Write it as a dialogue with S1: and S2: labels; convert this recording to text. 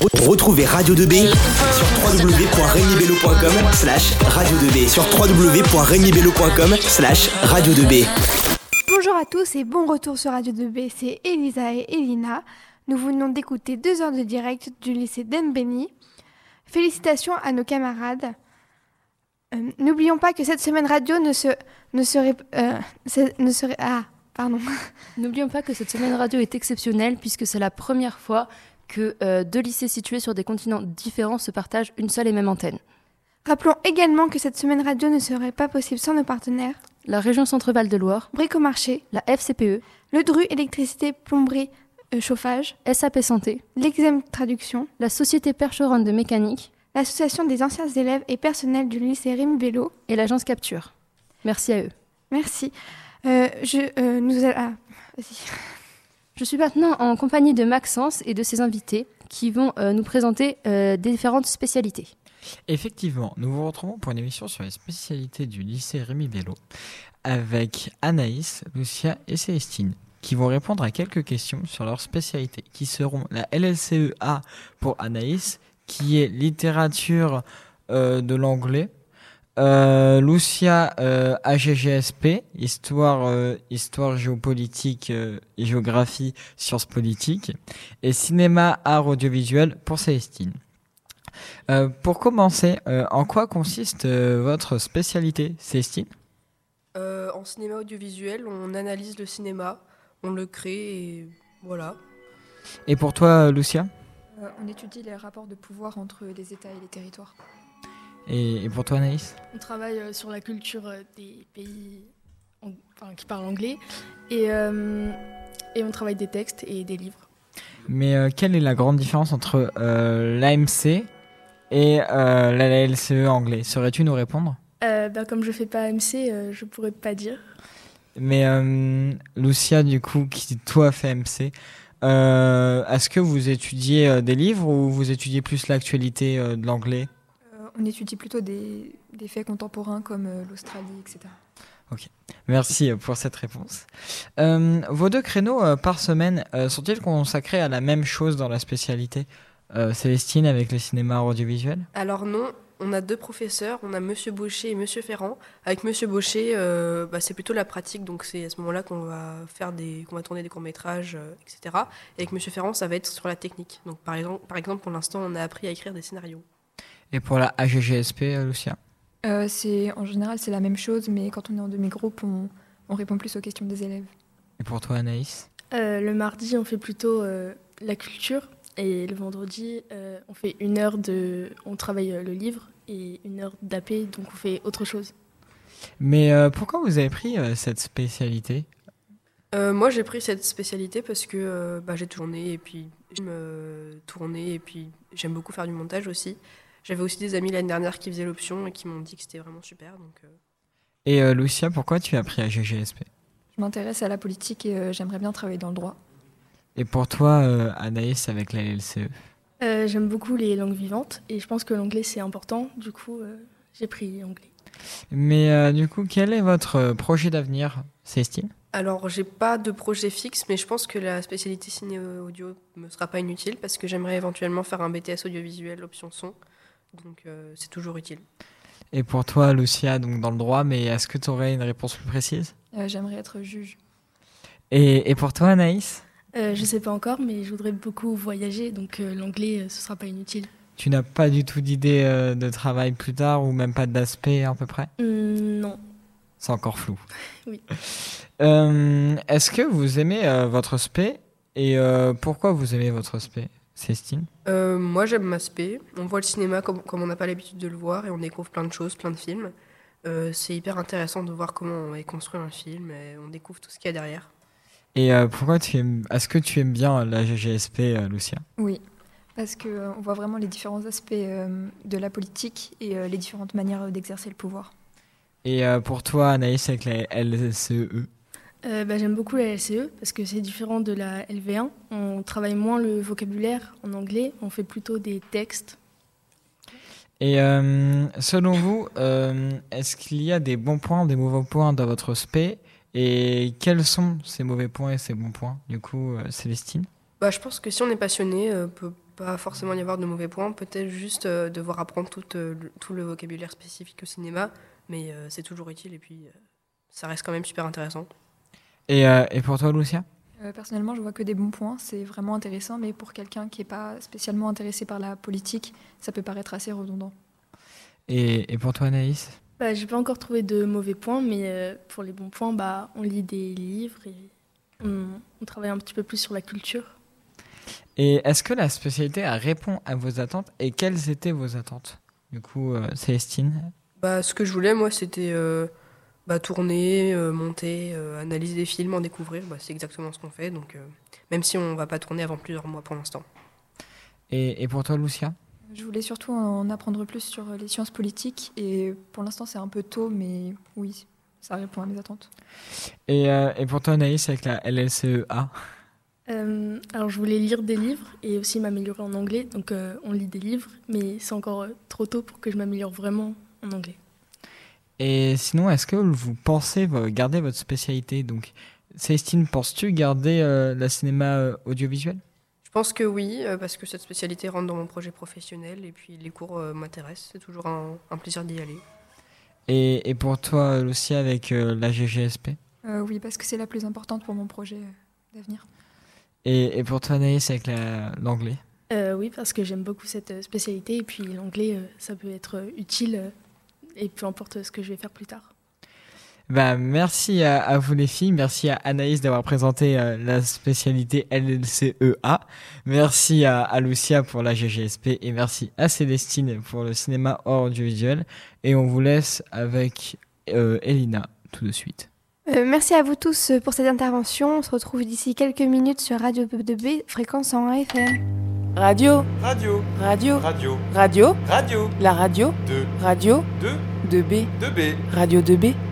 S1: Retrouvez Radio 2B sur www.regnibello.com slash radio 2B sur www.regnibello.com slash radio 2B.
S2: Bonjour à tous et bon retour sur Radio 2B, c'est Elisa et Elina. Nous venons d'écouter deux heures de direct du lycée d'Embeni. Félicitations à nos camarades. Euh, N'oublions pas que cette semaine radio ne, se, ne serait... euh, se- ne serait... Ah, pardon.
S3: N'oublions pas que cette semaine radio est exceptionnelle puisque c'est la première fois que euh, deux lycées situés sur des continents différents se partagent une seule et même antenne.
S2: Rappelons également que cette semaine radio ne serait pas possible sans nos partenaires
S3: La région Centre-Val de Loire,
S2: Bricomarché,
S3: la FCPE,
S2: Le Dru Électricité Plomberie euh, Chauffage,
S3: SAP Santé,
S2: l'Exem Traduction,
S3: la Société Percheronne de Mécanique
S2: l'Association des anciens élèves et personnels du lycée Rime Vélo.
S3: et l'agence Capture. Merci à eux.
S2: Merci. Euh, je, euh, nous a- ah, vas-y.
S3: Je suis maintenant en compagnie de Maxence et de ses invités qui vont euh, nous présenter euh, différentes spécialités.
S4: Effectivement, nous vous retrouvons pour une émission sur les spécialités du lycée Rémi Bello avec Anaïs, Lucia et Célestine qui vont répondre à quelques questions sur leurs spécialités qui seront la LLCEA E pour Anaïs qui est littérature euh, de l'anglais, euh, Lucia euh, AGGSP, histoire, euh, histoire géopolitique euh, et géographie, sciences politiques et cinéma, art audiovisuel pour Célestine. Euh, pour commencer, euh, en quoi consiste euh, votre spécialité, Célestine
S5: Euh, en cinéma audiovisuel, on analyse le cinéma, on le crée et voilà.
S4: Et pour toi, euh, Lucia
S6: Euh, on étudie les rapports de pouvoir entre les États et les territoires.
S4: et, et pour toi, Anaïs
S7: On travaille euh, sur la culture euh, des pays ang- enfin, qui parlent anglais et, euh, et on travaille des textes et des livres.
S4: Mais euh, quelle est la grande différence entre euh, l'AMC et euh, la la LCE anglais Saurais-tu nous répondre
S7: Euh, bah, comme je fais pas AMC, euh, je pourrais pas dire.
S4: Mais euh, Lucia, du coup, qui toi fait MC, euh, est-ce que vous étudiez euh, des livres ou vous étudiez plus l'actualité euh, de l'anglais
S6: Euh, on étudie plutôt des, des faits contemporains comme euh, l'Australie, etc.
S4: Merci euh, pour cette réponse. Euh, vos deux créneaux euh, par semaine euh, sont-ils consacrés à la même chose dans la spécialité euh, Célestine avec le cinéma audiovisuel
S5: Alors non, on a deux professeurs, on a Monsieur Baucher et Monsieur Ferrand. Avec Monsieur Baucher, euh, bah, c'est plutôt la pratique, donc c'est à ce moment-là qu'on va faire des, qu'on va tourner des courts métrages, etc. Et avec Monsieur Ferrand, ça va être sur la technique. Donc par exemple, par exemple, pour l'instant, on a appris à écrire des scénarios.
S4: Et pour la AGGSP, euh, Lucia
S6: Euh, c'est- en général, c'est la même chose, mais quand on est en demi-groupe, on, on répond plus aux questions des élèves.
S4: Et pour toi, Anaïs
S7: Euh, le mardi, on fait plutôt euh, la culture et le vendredi, euh, on fait une heure de, on travaille euh, le livre et une heure d'AP, donc on fait autre chose.
S4: Mais euh, pourquoi vous avez pris euh, cette spécialité
S5: Euh, moi, j'ai pris cette spécialité parce que euh, bah, j'ai tourné et puis j'aime euh, tourner et puis j'aime beaucoup faire du montage aussi. J'avais aussi des amis l'année dernière qui faisaient l'option et qui m'ont dit que c'était vraiment super. Donc euh,
S4: Et euh, Lucia, pourquoi tu as pris AGGSP
S6: Je m'intéresse à la politique et euh, j'aimerais bien travailler dans le droit.
S4: Et pour toi, euh, Anaïs avec la E. LCE
S7: Euh, J'aime beaucoup les langues vivantes et je pense que l'anglais c'est important, du coup euh, j'ai pris anglais.
S4: Mais euh, du coup, quel est votre euh, projet d'avenir, Célestine
S5: Alors, j'ai pas de projet fixe, mais je pense que la spécialité ciné-audio me sera pas inutile parce que j'aimerais éventuellement faire un BTS audiovisuel option son. Donc, euh, c'est toujours utile.
S4: Et pour toi, Lucia, donc dans le droit, mais est-ce que tu aurais une réponse plus précise
S6: Euh, j'aimerais être juge.
S4: et, et pour toi, Anaïs
S7: Euh, je sais pas encore, mais je voudrais beaucoup voyager, donc euh, l'anglais euh, ce sera pas inutile.
S4: Tu n'as pas du tout d'idée euh, de travail plus tard ou même pas d'aspect à peu près
S7: Hmm, non.
S4: C'est encore flou.
S7: Oui.
S4: Euh, Est-ce que vous aimez euh, votre spé et euh, pourquoi vous aimez votre spé, Célestine
S5: Euh, moi, j'aime m'asper. On voit le cinéma comme, comme on n'a pas l'habitude de le voir et on découvre plein de choses, plein de films. Euh, c'est hyper intéressant de voir comment est construit un film et on découvre tout ce qu'il y a derrière.
S4: Et euh, pourquoi tu aimes Est-ce que tu aimes bien la GGSP, euh, Lucia
S6: Oui, parce qu'on voit vraiment les différents aspects euh, de la politique et euh, les différentes manières d'exercer le pouvoir.
S4: Et euh, pour toi, Anaïs avec la LCE
S7: Euh, bah, J'aime beaucoup la LCE parce que c'est différent de la LV1. On travaille moins le vocabulaire en anglais, on fait plutôt des textes.
S4: Et euh, selon vous, euh, est-ce qu'il y a des bons points, des mauvais points dans votre spé Et quels sont ces mauvais points et ces bons points Du coup, euh, Célestine
S5: Bah, je pense que si on est passionné, euh, peu- pas forcément y avoir de mauvais points, peut-être juste euh, devoir apprendre tout, euh, le- tout le vocabulaire spécifique au cinéma, mais euh, c'est toujours utile et puis euh, ça reste quand même super intéressant.
S4: Et, euh, et pour toi, Lucia
S6: Euh, personnellement, je vois que des bons points, c'est vraiment intéressant, mais pour quelqu'un qui n'est pas spécialement intéressé par la politique, ça peut paraître assez redondant.
S4: et, et pour toi, Anaïs
S7: Bah, j'ai pas encore trouvé de mauvais points, mais euh, pour les bons points, bah, on lit des livres et on, on travaille un petit peu plus sur la culture.
S4: Et est-ce que la spécialité elle répond à vos attentes et quelles étaient vos attentes Du coup, euh, Célestine
S5: Bah, ce que je voulais, moi, c'était euh, bah, tourner, euh, monter, euh, analyser des films, en découvrir. Bah, c'est exactement ce qu'on fait, donc euh, même si on va pas tourner avant plusieurs mois pour l'instant.
S4: et, et pour toi, Lucia
S6: Je voulais surtout en apprendre plus sur les sciences politiques, et pour l'instant, c'est un peu tôt, mais oui, ça répond à mes attentes.
S4: et, euh, et pour toi, Anaïs, avec la LLCEA
S7: Euh, alors, je voulais lire des livres et aussi m'améliorer en anglais, donc euh, on lit des livres, mais c'est encore euh, trop tôt pour que je m'améliore vraiment en anglais.
S4: Et sinon, est-ce que vous pensez euh, garder votre spécialité Donc, Célestine, penses-tu garder euh, la cinéma euh, audiovisuel
S5: Je pense que oui, euh, parce que cette spécialité rentre dans mon projet professionnel et puis les cours euh, m'intéressent. C'est toujours un, un plaisir d'y aller.
S4: et, et pour toi, Lucia, avec euh, la GGSP
S6: Euh, oui, parce que c'est la plus importante pour mon projet euh, d'avenir.
S4: et, et pour toi, Anaïs, avec la- l'anglais
S7: Euh, oui, parce que j'aime beaucoup cette euh, spécialité et puis l'anglais, euh, ça peut être euh, utile euh, et peu importe euh, ce que je vais faire plus tard.
S4: Bah, merci à, à vous les filles, merci à Anaïs d'avoir présenté euh, la spécialité LLCEA, E merci à, à Lucia pour la GGSP et merci à Célestine pour le cinéma hors audiovisuel. Et on vous laisse avec euh, Elina tout de suite.
S2: Euh, merci à vous tous euh, pour cette intervention. On se retrouve d'ici quelques minutes sur Radio de B, fréquence en FM.
S8: Radio,
S9: Radio,
S8: radio,
S9: radio,
S8: radio,
S9: radio,
S8: la radio,
S9: 2,
S8: radio
S9: 2,
S8: 2B,
S9: 2B,
S8: radio 2B,